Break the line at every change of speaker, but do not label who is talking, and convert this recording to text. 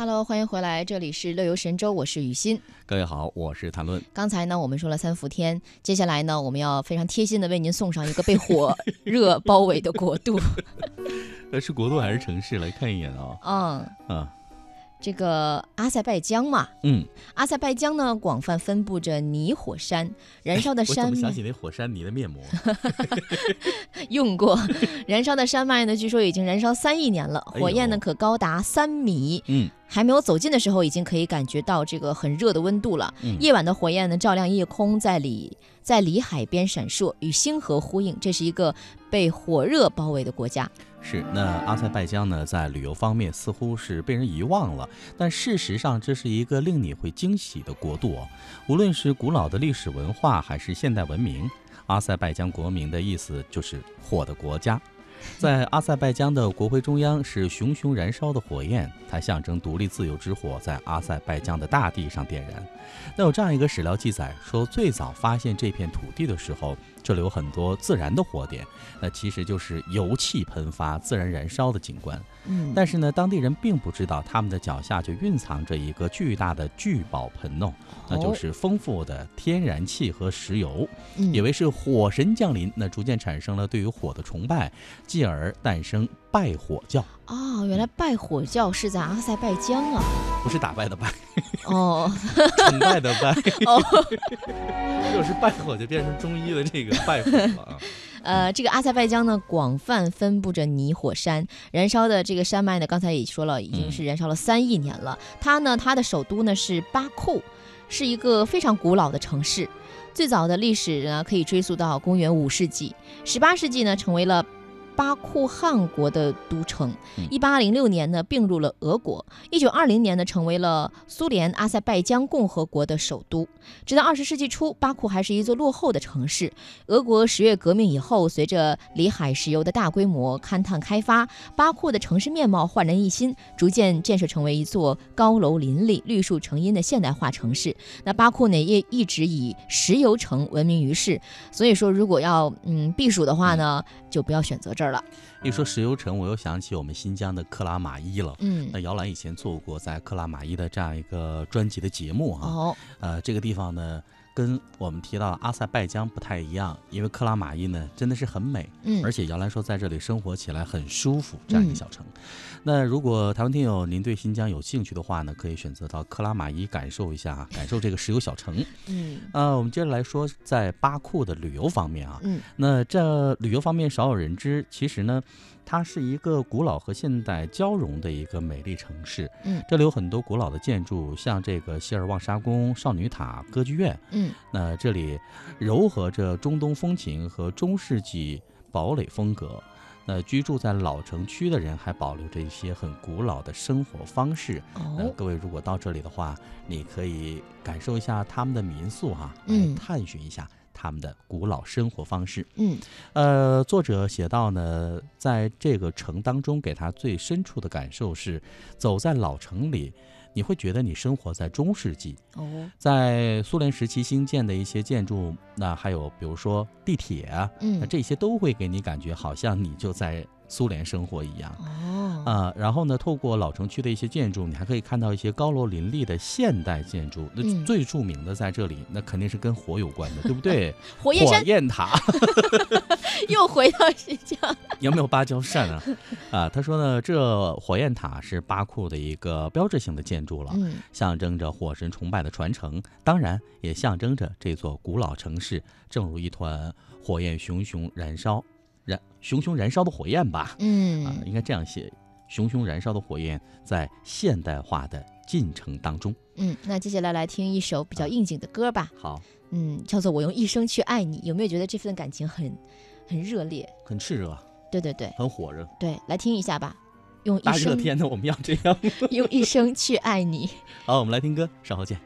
Hello，欢迎回来，这里是乐游神州，我是雨欣。
各位好，我是谭论。
刚才呢，我们说了三伏天，接下来呢，我们要非常贴心的为您送上一个被 火热包围的国度。
呃，是国度还是城市？来看一眼啊、
嗯，
啊，
这个阿塞拜疆嘛，
嗯，
阿塞拜疆呢广泛分布着泥火山，燃烧的
哎我怎
呃山
么想
脉
起那火山泥的面膜？
用过， 燃烧的山脉呢，据说已经燃烧三亿年了，
哎
火焰呢
呦
可高达三米。
嗯，
还没有走近的时候，已经可以感觉到这个很热的温度了。
嗯
夜晚的火焰呢，照亮夜空，在里在里海边闪烁，与星河呼应。这是一个被火热包围的国家。
是。那阿塞拜疆呢，在旅游方面似乎是被人遗忘了，但事实上这是一个令你会惊喜的国度哦。无论是古老的历史文化，还是现代文明，阿塞拜疆国名的意思就是“火的国家”。在阿塞拜疆的国徽中央是熊熊燃烧的火焰，它象征独立自由之火在阿塞拜疆的大地上点燃。那有这样一个史料记载说，最早发现这片土地的时候，这里有很多自然的火点，那其实就是油气喷发、自然燃烧的景观。
嗯，
但是呢，当地人并不知道，他们的脚下就蕴藏着一个巨大的聚宝盆哦，那就
哦
是丰富的天然气和石油。
嗯
以为是火神降临，那逐渐产生了对于火的崇拜，继而诞生拜火教，
哦，原来拜火教是在阿塞拜疆 啊。
不是打败的拜，
哦
崇拜的拜。
哦，
又是拜 火就变成中医的这个拜火了 啊。
呃，这个阿塞拜疆呢，广泛分布着泥火山，燃烧的这个山脉呢，刚才也说了，已经是燃烧了三亿年了。它呢，它的首都呢是巴库，是一个非常古老的城市。最早的历史呢，可以追溯到公元五世纪，十八世纪呢，成为了。巴库汗国的都城
嗯，
一八零六年呢并入了俄国，一九二零年呢成为了苏联阿塞拜疆共和国的首都。直到二十世纪初，巴库还是一座落后的城市，俄国十月革命以后，随着里海石油的大规模勘探开发，巴库的城市面貌焕然一新，逐渐建设成为一座高楼林立、绿树成荫的现代化城市。那巴库呢，也一直以石油城闻名于世。所以说，如果要嗯避暑的话呢，就不要选择这儿了。
一说石油城，我又想起我们新疆的克拉玛依了。
嗯
那，姚澜以前做过在克拉玛依的这样一个专辑的节目哈、
哦，
呃，这个地方呢，跟我们提到的阿塞拜疆不太一样，因为克拉玛依呢真的是很美，
嗯
而，且姚澜说在这里生活起来很舒服，这样
嗯
一个小城。那如果台湾听友您对新疆有兴趣的话呢，可以选择到克拉玛依感受一下啊，感受这个石油小城。
嗯
呃，我们接着来说在巴库的旅游方面啊，
嗯
那这旅游方面少有人知，其实呢，它是一个古老和现代交融的一个美丽城市。
嗯，
这里有很多古老的建筑，像这个希尔旺沙宫、少女塔、歌剧院。
嗯
那这里糅合着中东风情和中世纪堡垒风格。那居住在老城区的人还保留着一些很古老的生活方式。那
哦，
各位如果到这里的话，你可以感受一下他们的民宿哈、来
嗯
探寻一下他们的古老生活方式。
嗯
呃，作者写到呢，在这个城当中，给他最深处的感受是，走在老城里，你会觉得你生活在中世纪，
哦，
在苏联时期兴建的一些建筑，那还有比如说地铁啊，那
嗯
这些都会给你感觉好像你就在苏联生活一样。
哦，
啊、然后呢，透过老城区的一些建筑，你还可以看到一些高楼林立的现代建筑。那
嗯
最著名的在这里，那肯定是跟火有关的，对不对？
火焰山
焰塔。
又回到新疆。
有没有芭蕉扇啊？啊，他说呢，这火焰塔是巴库的一个标志性的建筑了，
嗯
象征着火神崇拜的传承，当然也象征着这座古老城市正如一团火焰熊熊燃烧，燃熊熊燃烧的火焰吧？啊，
嗯
应该这样写，熊熊燃烧的火焰在现代化的进程当中。
嗯，那接下来来听一首比较应景的歌吧。
好，
嗯，叫做《我用一生去爱你》，有没有觉得这份感情很很热烈？
很炽热，
对对对
很火热，
对，来听一下吧。用一
大热
生，
天的我们要这样。
用一生去爱你。
好，我们来听歌，稍后见。